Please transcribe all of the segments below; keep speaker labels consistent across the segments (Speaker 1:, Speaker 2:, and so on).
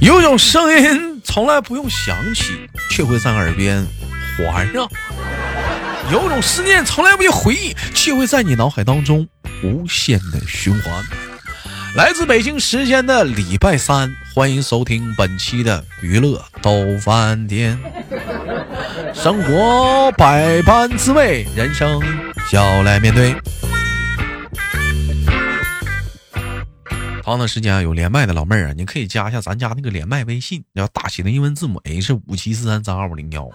Speaker 1: 有种声音从来不用响起，却会在耳边环绕；有种思念从来不用回忆，却会在你脑海当中无限的循环。来自北京时间的礼拜三，欢迎收听本期的娱乐逗翻天。生活百般滋味，人生笑来面对。同样的时间啊，有连麦的老妹儿啊，你可以加一下咱家那个连麦微信，然后大写的英文字母 H 五七四三三二五零幺。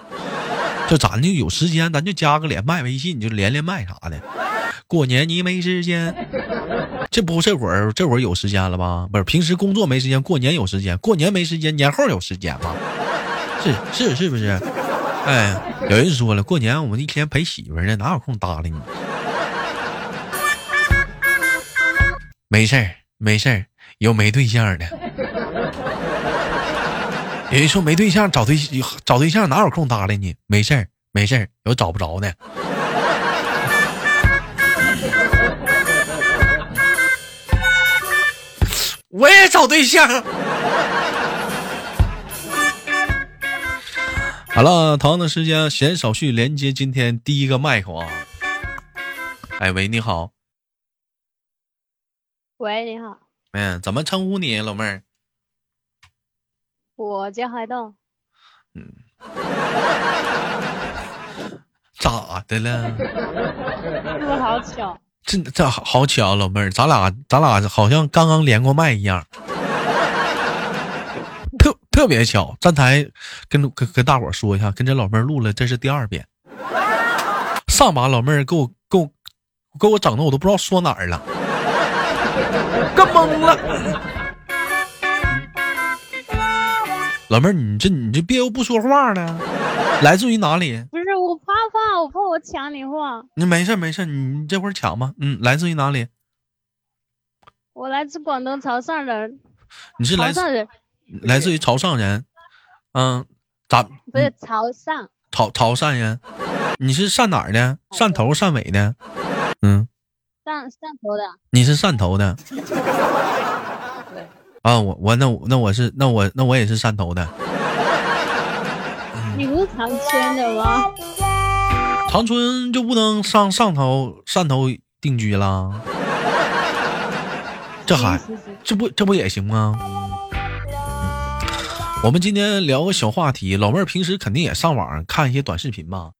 Speaker 1: 就咱就有时间，咱就加个连麦微信，你就连连麦啥的。过年你没时间，这不这会儿这会儿有时间了吧？不是平时工作没时间，过年有时间，过年没时间，年后有时间吗？是是是不是？哎，有人说了，过年我们一天陪媳妇儿呢，哪有空搭理你？没事儿，没事儿，有没对象的。有人说没对象找对找对象哪有空搭理你？没事儿，没事儿，有找不着的。我也找对象。好了，同样的时间，闲少叙，连接今天第一个麦克啊。哎喂，你好，
Speaker 2: 喂，你好，
Speaker 1: 嗯，怎么称呼你，老妹儿？
Speaker 2: 我叫海栋，
Speaker 1: 咋的了？
Speaker 2: 是不是好巧？
Speaker 1: 这这好好巧，老妹儿，咱俩咱俩好像刚刚连过麦一样，特特别巧。站台跟跟跟大伙儿说一下，跟这老妹儿录了，这是第二遍。上把老妹儿给我给我给我整的，我都不知道说哪儿了，更懵了。老妹儿，你这你这别又不说话呢，来自于哪里？
Speaker 2: 不是，我怕怕，我怕我抢你话。
Speaker 1: 你没事儿没事儿，你这会儿抢吧。嗯，来自于哪里？
Speaker 2: 我来自广东潮汕人，
Speaker 1: 你是
Speaker 2: 潮
Speaker 1: 来自
Speaker 2: 汕人
Speaker 1: 来自于潮汕人，嗯，咋
Speaker 2: 不是潮汕，
Speaker 1: 潮潮汕人？你是汕哪儿的？汕头、汕尾的？嗯，
Speaker 2: 汕汕头的。
Speaker 1: 你是汕头的。啊，我我那我那我是那我那我也是汕头的，
Speaker 2: 你不是长春的吗？
Speaker 1: 长春就不能上上头汕头定居啦？这还
Speaker 2: 行行行
Speaker 1: 这不这不也行吗？嗯我们今天聊个小话题，老妹儿平时肯定也上网看一些短视频吧？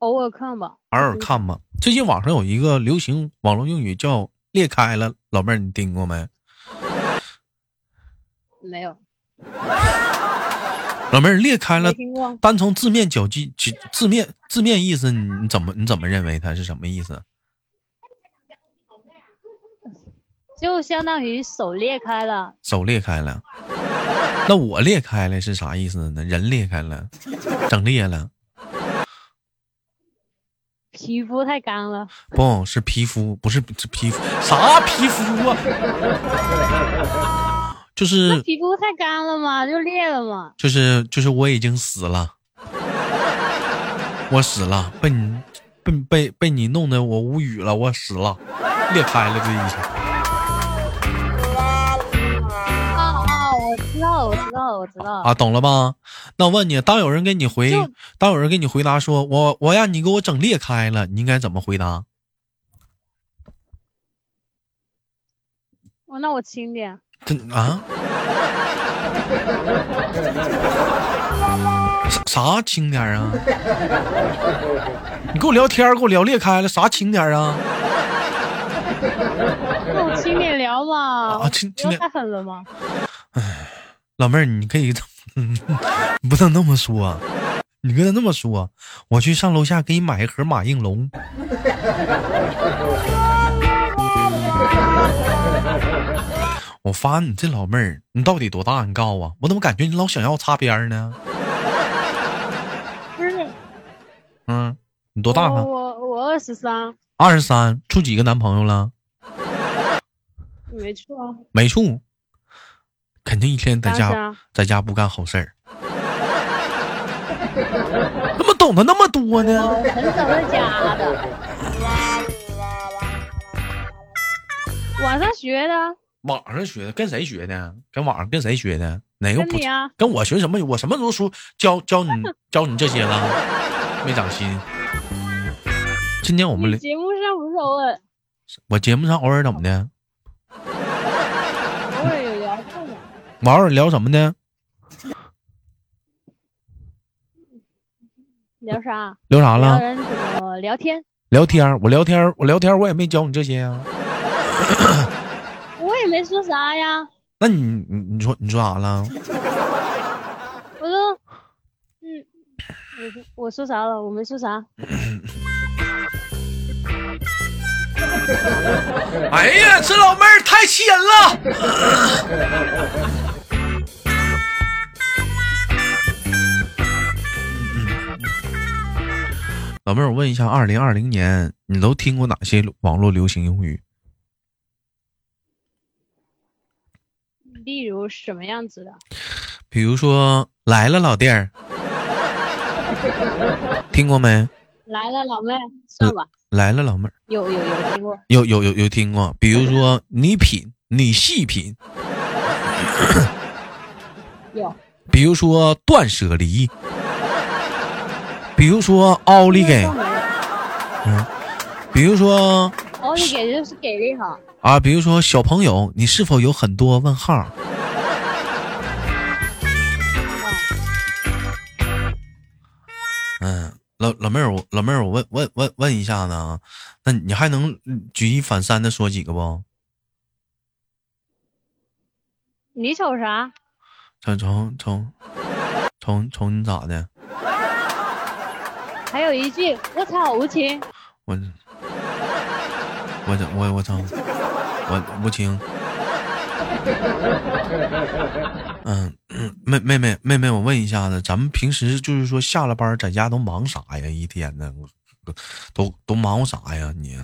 Speaker 2: 偶尔看吧。
Speaker 1: 偶尔看吧。最近网上有一个流行网络用语叫“裂开了”，老妹儿你听过没？
Speaker 2: 没有，
Speaker 1: 老妹儿裂开了
Speaker 2: 没，听过。
Speaker 1: 单从字面角句字字面字面意思，你你怎么你怎么认为它是什么意思？
Speaker 2: 就相当于手裂开了，
Speaker 1: 手裂开了，那我裂开了是啥意思呢？人裂开了，整裂了，
Speaker 2: 皮肤太干了。
Speaker 1: 不是皮肤，不是是皮肤，啥皮肤啊？就是
Speaker 2: 那皮肤太干了嘛，就裂了嘛。
Speaker 1: 就是就是我已经死了，我死了，被你被被被你弄得我无语了，我死了，裂开了这一下。
Speaker 2: 啊啊，我知道了，我知道了，我知道了。
Speaker 1: 啊，懂了吧？那我问你，当有人给你回
Speaker 2: 就，
Speaker 1: 当有人给你回答说我我让你给我整裂开了，你应该怎么回答？
Speaker 2: 哦我那我轻点。
Speaker 1: 这啊？啥啥轻点儿啊？你跟我聊天儿，给我聊裂开了，啥轻点儿啊？
Speaker 2: 那我轻点聊嘛，
Speaker 1: 啊轻轻
Speaker 2: 不
Speaker 1: 点
Speaker 2: 要太狠了嘛。
Speaker 1: 老妹儿，你可以 这么，你不能那么说，你跟他那么说，我去上楼下给你买一盒马应龙。我发你这老妹儿，你到底多大？你告诉我，我怎么感觉你老想要擦边儿呢？
Speaker 2: 不是，
Speaker 1: 嗯，你多大
Speaker 2: 我
Speaker 1: 了？
Speaker 2: 哦我我二十三，
Speaker 1: 二十三，处几个男朋友了？
Speaker 2: 没错，
Speaker 1: 没处，肯定一天在
Speaker 2: 啥事
Speaker 1: 家
Speaker 2: 啊
Speaker 1: 在家不干好事儿。 怎么懂得那么多呢？
Speaker 2: 我很少在家 的。晚上学的，
Speaker 1: 网上学的，跟谁学的？跟网上跟谁学的？哪个
Speaker 2: 跟
Speaker 1: 不
Speaker 2: 你啊，
Speaker 1: 跟我学什么？我什么时候说教教 你教你这些了？没长心。今天我们
Speaker 2: 你
Speaker 1: 聊
Speaker 2: 节目上不是偶尔
Speaker 1: 我节目上偶尔怎么的？
Speaker 2: 偶尔有聊到吗？
Speaker 1: 我偶尔聊什么呢？
Speaker 2: 聊啥？
Speaker 1: 聊啥
Speaker 2: 聊
Speaker 1: 了？
Speaker 2: 人怎么聊天？
Speaker 1: 聊天儿，我聊天儿，我聊天儿，我也没教你这些啊。
Speaker 2: 我也没说啥呀，
Speaker 1: 那你你你说你说啥了？
Speaker 2: 我说，嗯，我说我说啥了？我没说啥。
Speaker 1: 哎呀，这老妹儿太气人了！老妹儿，我问一下，二零二零年你都听过哪些网络流行用语？
Speaker 2: 例如什么样子的？
Speaker 1: 比如说“来了，老弟儿”，听过没？
Speaker 2: 来了，老妹，算吧，
Speaker 1: 来了，老妹儿，
Speaker 2: 有有有听过，
Speaker 1: 有有有有听过。比如说“你品”，你细品；
Speaker 2: 有
Speaker 1: 比如说“断舍离”，比如说“奥利给”。比如说
Speaker 2: 哦，你给就是给力 哈，
Speaker 1: 啊，比如说小朋友，你是否有很多问号？嗯，老老妹儿，我老妹儿，我问问问问一下呢，那你还能嗯举一反三的说几个不？
Speaker 2: 你瞅啥？
Speaker 1: 瞅瞅瞅瞅瞅你咋的？
Speaker 2: 还有一句，我操，无情，
Speaker 1: 我我这我我操，我无情。嗯，嗯妹妹妹妹妹，我问一下子，咱们平时就是说下了班在家都忙啥呀？一天呢，都都忙活啥呀？你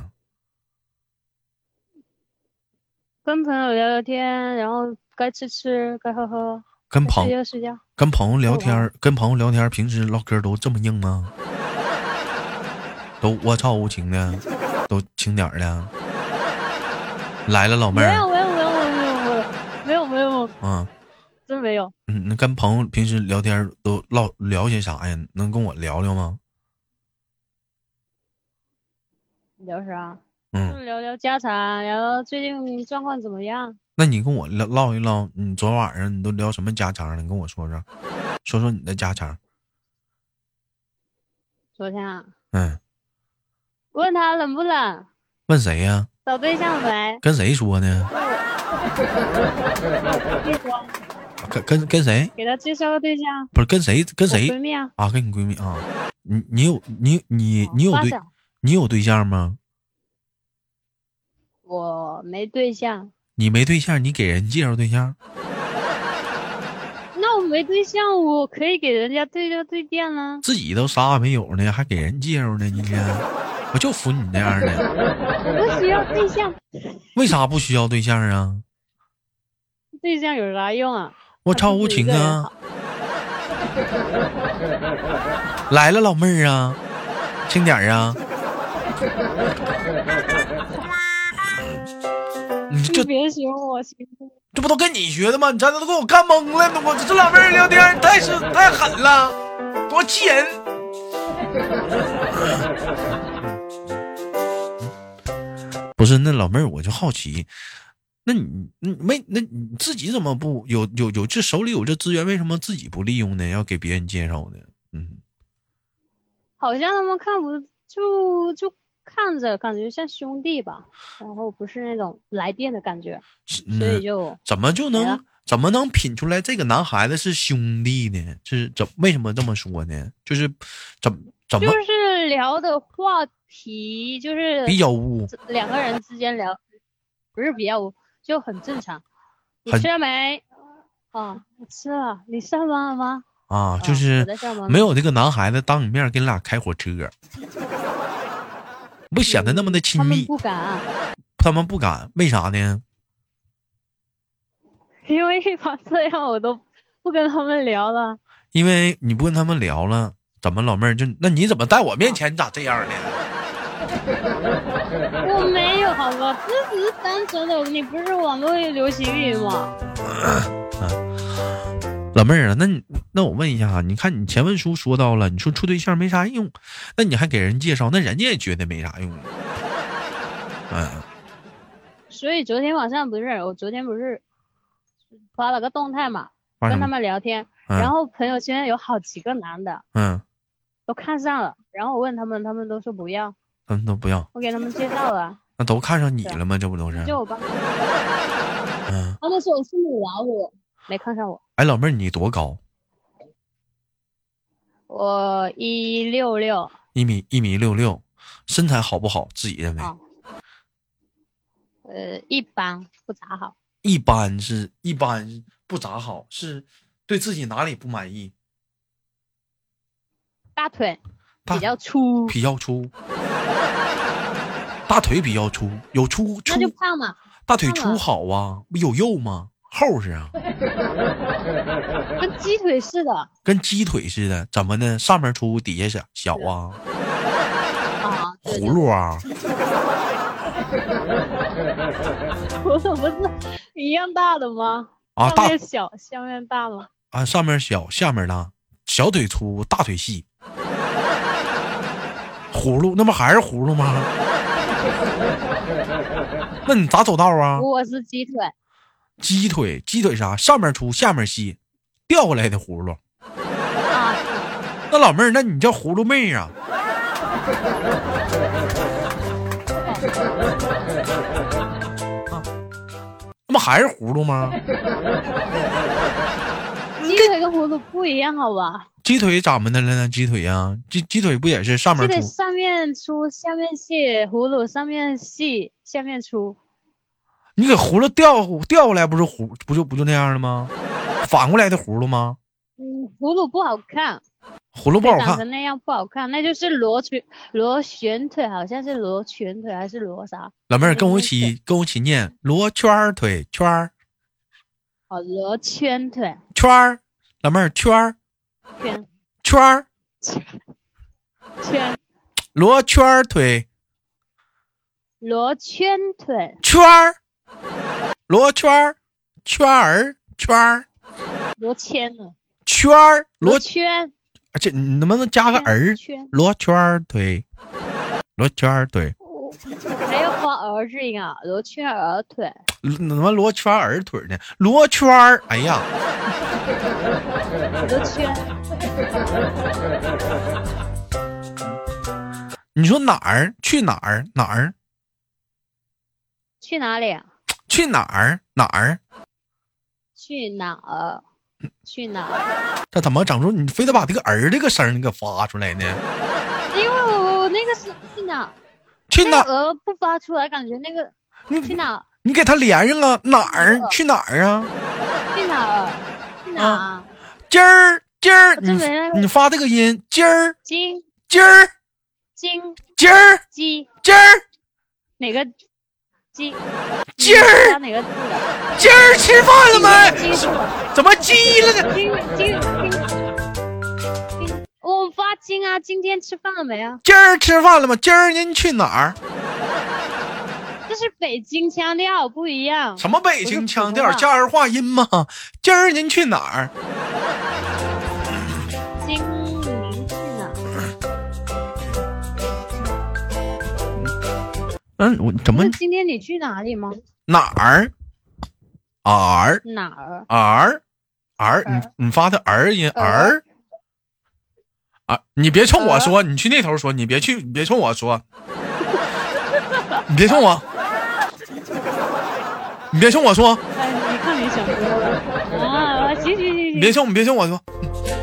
Speaker 2: 跟朋友聊聊天，然后该吃吃，该喝喝，
Speaker 1: 跟
Speaker 2: 该
Speaker 1: 朋
Speaker 2: 睡觉睡觉，
Speaker 1: 跟朋友聊天
Speaker 2: 哎我
Speaker 1: 儿，跟朋友聊天儿，平时唠嗑都这么硬吗？都我操无情的，都轻点儿的。来了，老妹
Speaker 2: 没有
Speaker 1: 儿，
Speaker 2: 没有没有没有没有没有没有，
Speaker 1: 嗯。
Speaker 2: 真没有，
Speaker 1: 嗯，那跟朋友平时聊天儿都唠聊些啥呀？能跟我聊聊吗？
Speaker 2: 聊啥？就
Speaker 1: 嗯，
Speaker 2: 是聊聊家常，聊聊最近状况怎么样？
Speaker 1: 那你跟我唠唠一唠，你昨晚上你都聊什么家常了？你跟我说说，说说你的家常。
Speaker 2: 昨天啊，
Speaker 1: 嗯，
Speaker 2: 问他冷不冷，
Speaker 1: 问谁呀？
Speaker 2: 找对象没？
Speaker 1: 跟谁说呢？
Speaker 2: 别说，
Speaker 1: 跟跟跟谁？
Speaker 2: 给他介绍个对象，
Speaker 1: 不是跟谁？跟
Speaker 2: 我
Speaker 1: 谁
Speaker 2: 闺蜜啊，
Speaker 1: 啊？跟你闺蜜啊？你你有你你你有
Speaker 2: 发
Speaker 1: 对
Speaker 2: 小，
Speaker 1: 你有对象吗？
Speaker 2: 我没对象，
Speaker 1: 你没对象，你给人介绍对象？
Speaker 2: 那我没对象，我可以给人家对对啊对电呢。
Speaker 1: 自己都啥也没有呢，还给人介绍呢？你这，我就服你这样的，
Speaker 2: 我不需要对象，
Speaker 1: 为啥不需要对象啊？
Speaker 2: 对象有啥用啊？
Speaker 1: 我超无情啊！来了，老妹儿啊，轻点儿啊！你
Speaker 2: 你
Speaker 1: 这
Speaker 2: 别学我，行不行
Speaker 1: 这不都跟你学的吗？你这都给我干懵了，我这老妹儿聊天太是太狠了，多气人！不是，那老妹儿我就好奇，那你你没那你自己怎么不有有有这手里有这资源，为什么自己不利用呢？要给别人介绍呢？嗯，
Speaker 2: 好像他们看不就就看着，感觉像兄弟吧，然后不是那种来电的感觉，
Speaker 1: 是
Speaker 2: 所以
Speaker 1: 嗯，
Speaker 2: 就
Speaker 1: 怎么就
Speaker 2: 哎
Speaker 1: 能
Speaker 2: 呀
Speaker 1: 怎么能品出来这个男孩子是兄弟呢？这是怎为什么这么说呢？就是怎怎么
Speaker 2: 就是聊的话题就是
Speaker 1: 比较污？
Speaker 2: 两个人之间聊，不是比较就很正常。你
Speaker 1: 很
Speaker 2: 吃了没？啊，我吃了。你上班了吗？
Speaker 1: 啊，
Speaker 2: 啊
Speaker 1: 就
Speaker 2: 我
Speaker 1: 是
Speaker 2: 在上班呢
Speaker 1: 没有这个男孩子当你面跟你俩开火车，不显得那么的亲
Speaker 2: 他们
Speaker 1: 密，
Speaker 2: 不敢，啊
Speaker 1: 他们不敢，为啥呢？
Speaker 2: 因为 一般这样我都不跟他们聊了。
Speaker 1: 因为你不跟他们聊了，怎么老妹儿就那你怎么在我面前你咋这样呢？
Speaker 2: 我没有，好吧，这只是单纯的，你不是网络流行语吗？
Speaker 1: 老妹儿啊，那你那我问一下啊，你看你前文书说到了，你说处对象没啥用，那你还给人介绍，那人家也觉得没啥用。嗯，
Speaker 2: 所以昨天晚上不是，我昨天不是发了个动态嘛，
Speaker 1: 发什
Speaker 2: 跟他
Speaker 1: 么？
Speaker 2: 们聊天，
Speaker 1: 嗯
Speaker 2: 然后朋友圈有好几个男的
Speaker 1: 嗯，
Speaker 2: 都看上了，然后我问他们，他们都说不要，
Speaker 1: 他们都嗯不要，
Speaker 2: 我给他们介绍了，
Speaker 1: 那都看上你了吗？这不都是？
Speaker 2: 就我吧，
Speaker 1: 嗯，
Speaker 2: 他们说我是母老虎，没看上我，
Speaker 1: 哎，老妹儿你多高？
Speaker 2: 我一六六
Speaker 1: 一米一米六六，身材好不好？自己认为、
Speaker 2: 啊，呃，一般不咋好，
Speaker 1: 一般是一般不咋好，是对自己哪里不满意？
Speaker 2: 大腿
Speaker 1: 大
Speaker 2: 比较粗，
Speaker 1: 比较粗，大腿比较粗，有粗粗
Speaker 2: 那就胖嘛，
Speaker 1: 大腿
Speaker 2: 胖
Speaker 1: 粗
Speaker 2: 了
Speaker 1: 好啊，不有肉吗？厚实啊，
Speaker 2: 跟鸡腿似的
Speaker 1: 跟鸡腿似的，怎么的？上面粗，底下小小啊，
Speaker 2: 啊，对
Speaker 1: 葫芦啊，
Speaker 2: 我怎么不是一样大的吗？
Speaker 1: 啊
Speaker 2: 上
Speaker 1: 大
Speaker 2: 面小，下面大吗？
Speaker 1: 啊，上面小，下面大，小腿粗，大腿细，葫芦，那不还是葫芦吗？ 那你咋走道啊？
Speaker 2: 我是鸡腿，
Speaker 1: 鸡腿，鸡腿啥？上面粗，下面细，掉过来的葫芦。
Speaker 2: 啊，
Speaker 1: 那老妹儿，那你叫葫芦妹儿啊？ 啊那不还是葫芦吗？
Speaker 2: 鸡腿跟葫芦不一样，好吧？
Speaker 1: 鸡腿咋么的了呢？鸡腿呀、鸡鸡腿不也是上
Speaker 2: 鸡
Speaker 1: 面
Speaker 2: 腿
Speaker 1: 粗？
Speaker 2: 上面粗，下面细；葫芦上面细，下面粗。
Speaker 1: 你给葫芦掉掉过来，不是葫不就不就那样了吗？反过来的葫芦吗？
Speaker 2: 嗯，葫芦不好看，
Speaker 1: 葫芦不好
Speaker 2: 被长
Speaker 1: 看，
Speaker 2: 成那样不好看，那就是螺旋螺旋腿，好像是螺旋腿还是螺啥？
Speaker 1: 老妹儿跟我一
Speaker 2: 螺
Speaker 1: 起跟我一起念罗圈儿腿圈儿
Speaker 2: 哦，螺圈腿
Speaker 1: 圈儿，老妹儿圈儿
Speaker 2: 圈
Speaker 1: 圈儿
Speaker 2: 圈
Speaker 1: 罗圈儿腿
Speaker 2: 螺圈腿
Speaker 1: 圈儿，罗圈儿圈儿圈儿
Speaker 2: 螺圈了
Speaker 1: 圈儿罗，
Speaker 2: 圈
Speaker 1: 这你能不能加个儿？
Speaker 2: 圈，
Speaker 1: 罗圈儿腿，罗圈儿腿，
Speaker 2: 还要发儿这个啊螺圈儿腿。
Speaker 1: 怎么罗圈儿腿呢？罗圈儿，哎呀！
Speaker 2: 都圈
Speaker 1: 你说哪儿去哪儿哪儿
Speaker 2: 去哪里啊？
Speaker 1: 去哪儿哪儿？
Speaker 2: 去哪儿？去哪儿？
Speaker 1: 这怎么整出你非得把这个儿这个声儿给发出来呢？
Speaker 2: 因为我我哎那个是去哪儿？
Speaker 1: 去哪
Speaker 2: 那
Speaker 1: 儿？
Speaker 2: 个鹅不发出来，感觉那个去
Speaker 1: 你
Speaker 2: 哪儿？
Speaker 1: 你给他连上啊？哪儿去哪儿啊？
Speaker 2: 去哪儿？去哪儿啊？
Speaker 1: 今儿今儿
Speaker 2: 我
Speaker 1: 你
Speaker 2: 真没那个
Speaker 1: 你发这个音，今儿
Speaker 2: 金
Speaker 1: 今儿
Speaker 2: 金
Speaker 1: 今儿
Speaker 2: 鸡
Speaker 1: 今儿
Speaker 2: 哪个鸡？
Speaker 1: 鸡儿哎
Speaker 2: 发哪个字啊？
Speaker 1: 今儿吃饭了
Speaker 2: 鸡
Speaker 1: 没？
Speaker 2: 是吧
Speaker 1: 怎么鸡了呢？
Speaker 2: 金金金金，我发金啊！今天吃饭了没啊？
Speaker 1: 今儿吃饭了吗？今儿您去哪儿？
Speaker 2: 这是北京腔调不一样。
Speaker 1: 什么北京腔调？
Speaker 2: 不是普通
Speaker 1: 家
Speaker 2: 话
Speaker 1: 儿化音吗？今儿您去哪儿？
Speaker 2: 金明去哪儿？
Speaker 1: 嗯，我怎
Speaker 2: 不
Speaker 1: 么
Speaker 2: 是今天你去哪里吗？
Speaker 1: 哪儿？啊儿
Speaker 2: 哪儿？
Speaker 1: 儿儿，
Speaker 2: 儿
Speaker 1: 你你发的儿音
Speaker 2: 儿
Speaker 1: 儿啊！你别冲我说，你去那头说，你别去，你别冲我说， 你别冲我，你别冲我说，
Speaker 2: 哎，你看你想多了啊！行行
Speaker 1: 你
Speaker 2: 行
Speaker 1: 别
Speaker 2: 行，
Speaker 1: 冲，你别冲我说，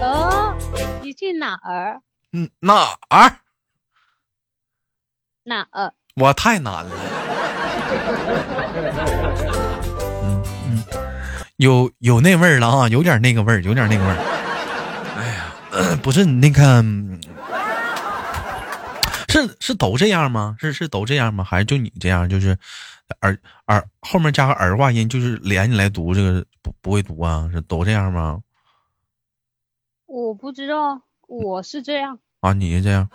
Speaker 2: 哦，你去哪儿？
Speaker 1: 嗯，哪儿？
Speaker 2: 哪儿？
Speaker 1: 我太难了。嗯嗯，有有那味儿了啊，有点那个味儿，有点那个味儿。哎呀，呃不是你那个，嗯是是都这样吗？是是都这样吗？还是就你这样？就是儿儿后面加个儿化音，就是连起来读这个不不会读啊？是都这样吗？
Speaker 2: 我不知道，我是这样，
Speaker 1: 啊，你是这样。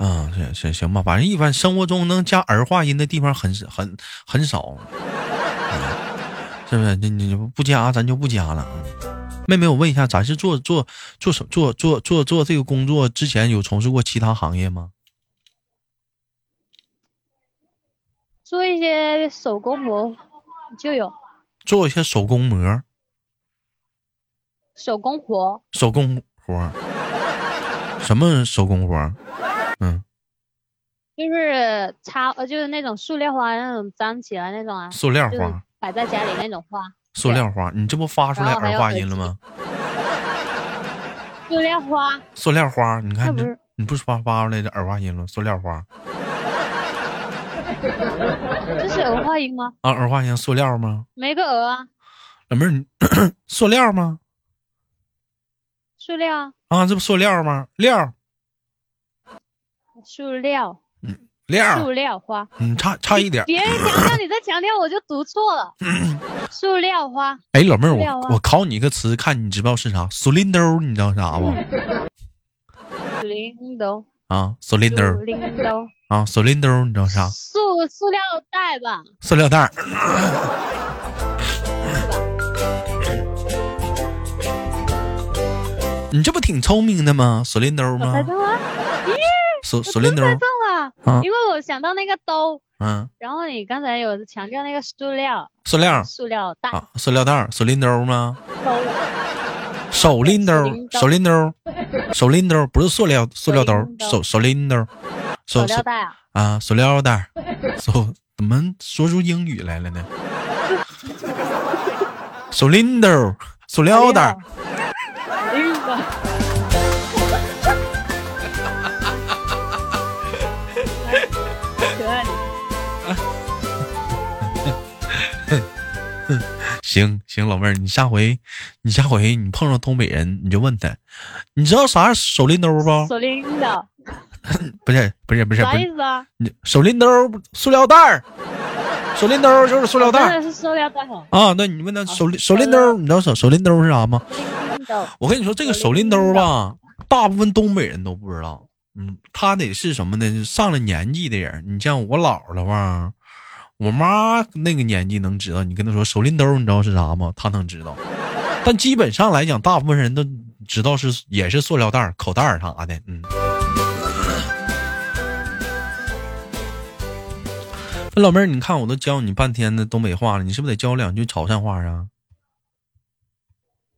Speaker 1: 嗯，行行行吧，反正一般生活中能加儿化音的地方很很很少，嗯是不是？你你不加咱就不加了。啊妹妹，我问一下，咱是做做做什做做做做这个工作之前有从事过其他行业吗？
Speaker 2: 做一些手工膜就有
Speaker 1: 做一些手工膜、
Speaker 2: 手工活，
Speaker 1: 手工活儿，什么手工活儿？嗯，
Speaker 2: 就是插呃就是那种塑料花那种粘起来那种啊，
Speaker 1: 塑料
Speaker 2: 就是
Speaker 1: 花、
Speaker 2: 摆在家里那种花，
Speaker 1: 塑料花，你这不发出来
Speaker 2: 然后还
Speaker 1: 儿
Speaker 2: 有
Speaker 1: 化
Speaker 2: 耳
Speaker 1: 音了吗？
Speaker 2: 塑料花
Speaker 1: 塑料花，你看
Speaker 2: 那
Speaker 1: 这
Speaker 2: 不是
Speaker 1: 你不是发发出来这儿化音了？塑料花
Speaker 2: 这是儿化音吗？
Speaker 1: 啊，儿化音塑料吗？
Speaker 2: 没个儿啊，
Speaker 1: 老妹儿，你 塑料吗？
Speaker 2: 塑料啊
Speaker 1: 啊，这不塑料吗？料
Speaker 2: 塑料
Speaker 1: 料
Speaker 2: 塑，料花。
Speaker 1: 你差差一点儿。
Speaker 2: 别人强调，你再强调我就读 错了。塑料花，
Speaker 1: 哎，老妹儿，
Speaker 2: 塑料啊
Speaker 1: 我我考你一个词，看你知不知道是啥？塑料兜，你知道啥不？
Speaker 2: 嗯零兜，
Speaker 1: 啊，塑料兜
Speaker 2: 零兜，
Speaker 1: 啊，塑料兜，你知道啥？
Speaker 2: 塑塑料袋吧？
Speaker 1: 塑料袋儿。 你这不挺聪明的吗？塑料兜
Speaker 2: 我
Speaker 1: 吗？
Speaker 2: 猜中了，
Speaker 1: 塑
Speaker 2: 我
Speaker 1: 塑料
Speaker 2: 真
Speaker 1: 兜，
Speaker 2: 猜中了，
Speaker 1: 啊
Speaker 2: 因为我想到那个兜，
Speaker 1: 嗯，
Speaker 2: 然后你刚才有强调那个塑料
Speaker 1: 塑料
Speaker 2: 塑料袋
Speaker 1: 啊，塑料袋儿，塑料兜吗？
Speaker 2: 兜，
Speaker 1: 手拎兜儿，手
Speaker 2: 手
Speaker 1: 拎兜儿，手拎兜儿，不是塑料塑料兜儿
Speaker 2: 手拎，兜
Speaker 1: 手手拎兜儿，手手
Speaker 2: 塑料袋啊，
Speaker 1: 啊，塑料袋儿，手怎么说出英语来了 呢？手拎兜儿，塑料袋儿，
Speaker 2: 零兜。
Speaker 1: 哦
Speaker 2: 哎可以。
Speaker 1: 行行，老妹儿，你下回你下回你碰上东北人，你就问他，你知道啥是手拎兜儿不？
Speaker 2: 手拎的，
Speaker 1: 不是不是不是不
Speaker 2: 啥意
Speaker 1: 是，
Speaker 2: 思啊？
Speaker 1: 你手拎兜儿不，塑料袋 儿，手拎兜儿就是塑料袋
Speaker 2: 真
Speaker 1: 儿
Speaker 2: 的是塑料袋哦。
Speaker 1: 啊。那你问他手拎手拎
Speaker 2: 好
Speaker 1: 兜
Speaker 2: 的
Speaker 1: 儿，你知道手手拎兜儿是啥吗？
Speaker 2: 拎的，
Speaker 1: 我跟你说，这个手拎兜吧，大部分东北人都不知道。嗯，他得是什么呢？就上了年纪的人，你像我姥姥吧，我妈那个年纪能知道。你跟她说手拎兜，你知道是啥吗？她能知道。但基本上来讲，大部分人都知道是也是塑料袋儿、口袋儿啥的。嗯。那老妹儿，你看我都教你半天的东北话了，你是不是得教我两句潮汕话啊？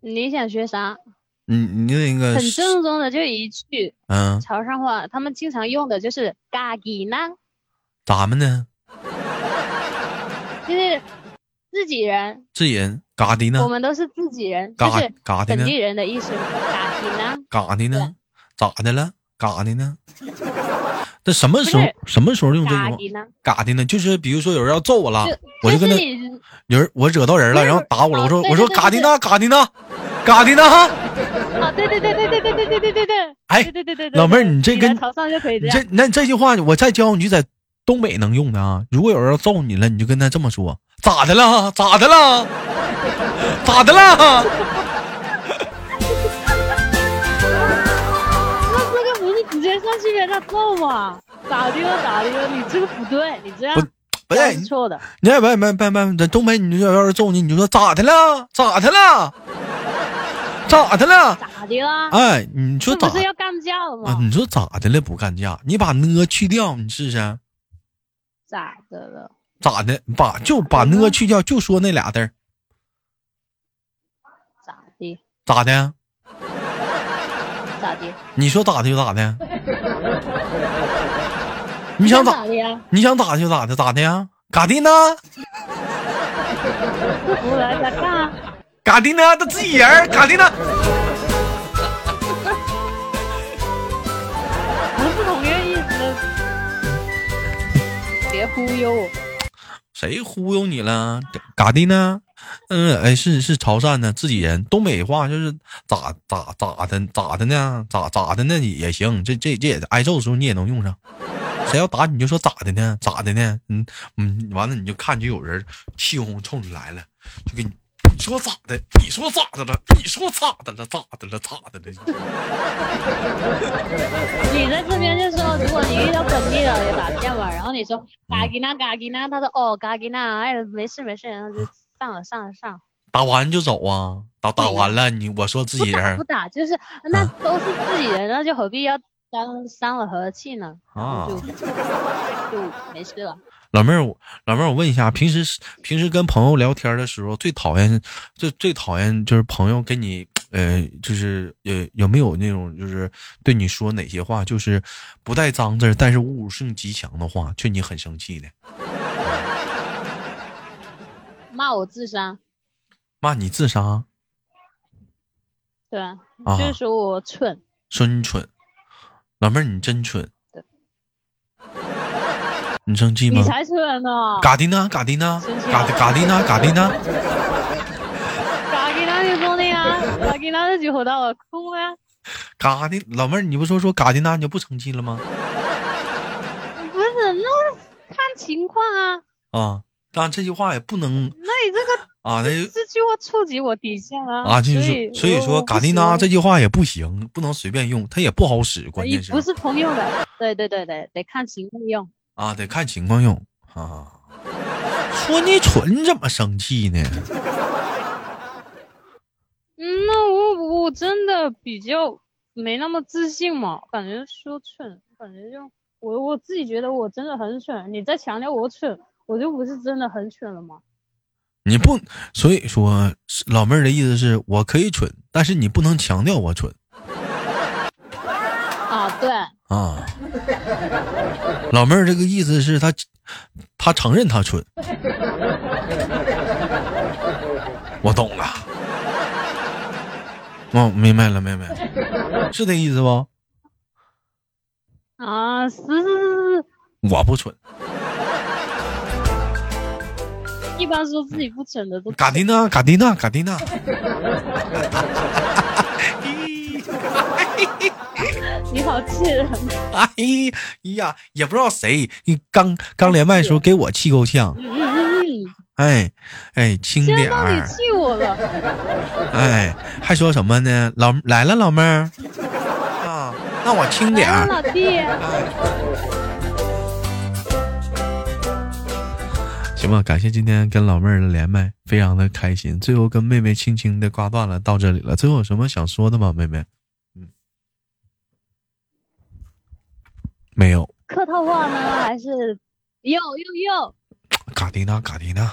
Speaker 2: 你想学啥？
Speaker 1: 你你那个
Speaker 2: 很正宗的就一句
Speaker 1: 嗯，
Speaker 2: 潮汕话，他们经常用的就是“嘎叽呢
Speaker 1: 咱们呢？”，
Speaker 2: 就是自己人，
Speaker 1: 这人嘎的呢
Speaker 2: 我？们都是自己人，就
Speaker 1: 嘎
Speaker 2: 是
Speaker 1: 嘎的
Speaker 2: 本
Speaker 1: 呢？
Speaker 2: 地人的意思嘛。嘎叽呢，
Speaker 1: 嘎的呢？咋的了？嘎的呢？这什么时候
Speaker 2: 不是
Speaker 1: 什么时候用这
Speaker 2: 嘎
Speaker 1: 个话
Speaker 2: 叽呢，
Speaker 1: 嘎的呢？就是比如说有人要揍我了，我
Speaker 2: 就
Speaker 1: 就跟
Speaker 2: 是
Speaker 1: 他
Speaker 2: 你
Speaker 1: 有人我惹到人了，
Speaker 2: 不是
Speaker 1: 然后打我了，我说
Speaker 2: 哦对
Speaker 1: 我说
Speaker 2: 对对
Speaker 1: 嘎的
Speaker 2: 对
Speaker 1: 呢？嘎的呢？嘎的呢？
Speaker 2: 啊，对对对对对对对对对对对，
Speaker 1: 哎
Speaker 2: 对对对对对，
Speaker 1: 老妹儿
Speaker 2: 对
Speaker 1: 你这
Speaker 2: 来
Speaker 1: 跟
Speaker 2: 潮汕就可以
Speaker 1: 你
Speaker 2: 这样
Speaker 1: 这，那这句话我再教你就在东北能用的啊。如果有人要揍你了，你就跟他这么说：咋的了？咋的了？咋的了？
Speaker 2: 那这个不是直接上去给他揍吗？啊咋的了咋的了？你这个不对，你这样
Speaker 1: 不不
Speaker 2: 这样
Speaker 1: 对
Speaker 2: 是，错的。
Speaker 1: 你别别别别别，在东北你就要是揍你，你就说咋的了？咋的了？咋的了？
Speaker 2: 咋的啦？
Speaker 1: 哎，你说
Speaker 2: 这
Speaker 1: 咋
Speaker 2: 不？是要干架了
Speaker 1: 啊
Speaker 2: 吗？
Speaker 1: 你说咋的了？不干架，你把呢去掉，你试试
Speaker 2: 咋的了？
Speaker 1: 咋的？把就把
Speaker 2: 嗯
Speaker 1: 呢
Speaker 2: 哼
Speaker 1: 去掉，就说那俩字儿，
Speaker 2: 咋的？
Speaker 1: 咋的？
Speaker 2: 咋的？
Speaker 1: 你说咋的就咋的，你想咋
Speaker 2: 咋的呀？
Speaker 1: 你想咋的就咋的，咋的呀？咋的呢？
Speaker 2: 不服来咋干啊？
Speaker 1: 咋的呢？他自己人儿，咋的呢？
Speaker 2: 不是同一个意思。别忽悠我！
Speaker 1: 谁忽悠你了？咋的呢？嗯，哎，是是潮汕的自己人，东北话就是咋咋咋的咋的呢？咋咋的呢也行，这这这也挨揍的时候你也能用上。谁要打你就说咋的呢？咋的呢？嗯嗯，完了你就看就有人气哄哄冲你来了，就给你你说咋的？你说咋的了？你说咋的了？咋的了？咋的了？
Speaker 2: 你在这边就说你果你遇到本地的也打电话，然后你说嘎吉娜嘎吉娜，他说哦嘎吉娜，哎没事没事，然后就上了上了上 了。
Speaker 1: 打完就走啊？打打完了你我说自己
Speaker 2: 不打
Speaker 1: 人
Speaker 2: 不打，就是那都是自己人，那就何必要伤伤了和气呢？然
Speaker 1: 啊
Speaker 2: 后就就没事了。
Speaker 1: 老妹儿，我老妹儿，我问一下，平时平时跟朋友聊天的时候，最讨厌最最讨厌就是朋友跟你呃，就是呃，有没有那种就是对你说哪些话，就是不带脏字儿，但是侮辱性极强的话，却你很生气的，
Speaker 2: 骂我智商，
Speaker 1: 骂你智商，
Speaker 2: 对啊，
Speaker 1: 啊
Speaker 2: 就是说我蠢，
Speaker 1: 说你蠢，老妹儿你真蠢
Speaker 2: 对，
Speaker 1: 你生气
Speaker 2: 你
Speaker 1: 吗？
Speaker 2: 才蠢呢。
Speaker 1: 嘎迪娜，嘎迪娜
Speaker 2: 生，气
Speaker 1: 嘎
Speaker 2: 了
Speaker 1: 迪嘎迪娜，嘎迪娜，
Speaker 2: 嘎吉娜就说的呀， 嘎吉娜就火到我哭了呀。
Speaker 1: 嘎迪，老妹儿，你不说说嘎迪娜，你就不生气了吗？
Speaker 2: 不是，那是看情况啊。
Speaker 1: 啊，当然这句话也不能
Speaker 2: 那你这个
Speaker 1: 啊，那就
Speaker 2: 这句话触及我底线啊。
Speaker 1: 啊，就是
Speaker 2: 所
Speaker 1: 说
Speaker 2: 以
Speaker 1: 所以
Speaker 2: 我
Speaker 1: 说
Speaker 2: 我不
Speaker 1: 嘎迪
Speaker 2: 喜
Speaker 1: 娜
Speaker 2: 欢
Speaker 1: 这句话也不行，不能随便用，它也不好使，关键是
Speaker 2: 不是通用的。对对对对，得看情况用。
Speaker 1: 啊，得看情况用啊。说你蠢，你怎么生气呢？
Speaker 2: 嗯，那我我真的比较没那么自信嘛，感觉说蠢，感觉就我我自己觉得我真的很蠢，你在强调我蠢，我就不是真的很蠢了吗？
Speaker 1: 你不，所以说是老妹儿的意思是我可以蠢，但是你不能强调我蠢
Speaker 2: 啊，对，
Speaker 1: 啊。老妹儿这个意思是她，她承认她蠢。我懂了，我、明白了，明白了，是这意思不？
Speaker 2: 啊，是是是
Speaker 1: 我不蠢，
Speaker 2: 是，一般说自己不蠢的都
Speaker 1: 嘎迪娜，嘎迪娜，嘎迪娜。
Speaker 2: 你好气人，
Speaker 1: 哎呀，也不知道谁，你刚刚连麦的时候给我气够呛。
Speaker 2: 嗯嗯嗯，
Speaker 1: 哎，哎，轻
Speaker 2: 现在
Speaker 1: 点
Speaker 2: 到你
Speaker 1: 儿，
Speaker 2: 气我了，
Speaker 1: 哎，还说什么呢？老来了，老妹儿啊，那我轻点
Speaker 2: 来了
Speaker 1: 儿。
Speaker 2: 哎老弟，
Speaker 1: 行吧，感谢今天跟老妹儿的连麦，非常的开心。最后跟妹妹轻轻的挂断了，到这里了。最后有什么想说的吗，妹妹？嗯，没有。
Speaker 2: 客套话呢还是哟哟哟，
Speaker 1: 卡迪娜，卡迪娜，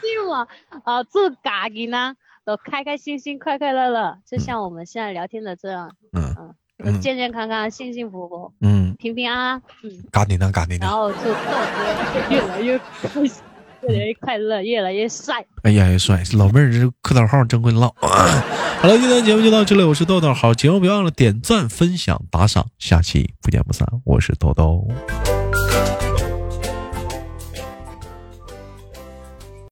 Speaker 2: 对我啊，祝嘎吉呢都开开心心、快快乐乐，就像我们现在聊天的这样，
Speaker 1: 嗯
Speaker 2: 嗯，
Speaker 1: 嗯
Speaker 2: 健健康康、幸幸福福、
Speaker 1: 嗯，
Speaker 2: 平平安安，嗯，
Speaker 1: 卡迪娜，卡迪
Speaker 2: 然
Speaker 1: 娜。
Speaker 2: 后祝豆哥越来越开心。越来越快乐，越来越帅。
Speaker 1: 哎呀，帅！老妹儿这客套号真会唠。 好了，今天节目就到这里，我是豆豆。好，节目别忘了点赞、分享、打赏，下期不见不散。我是豆豆。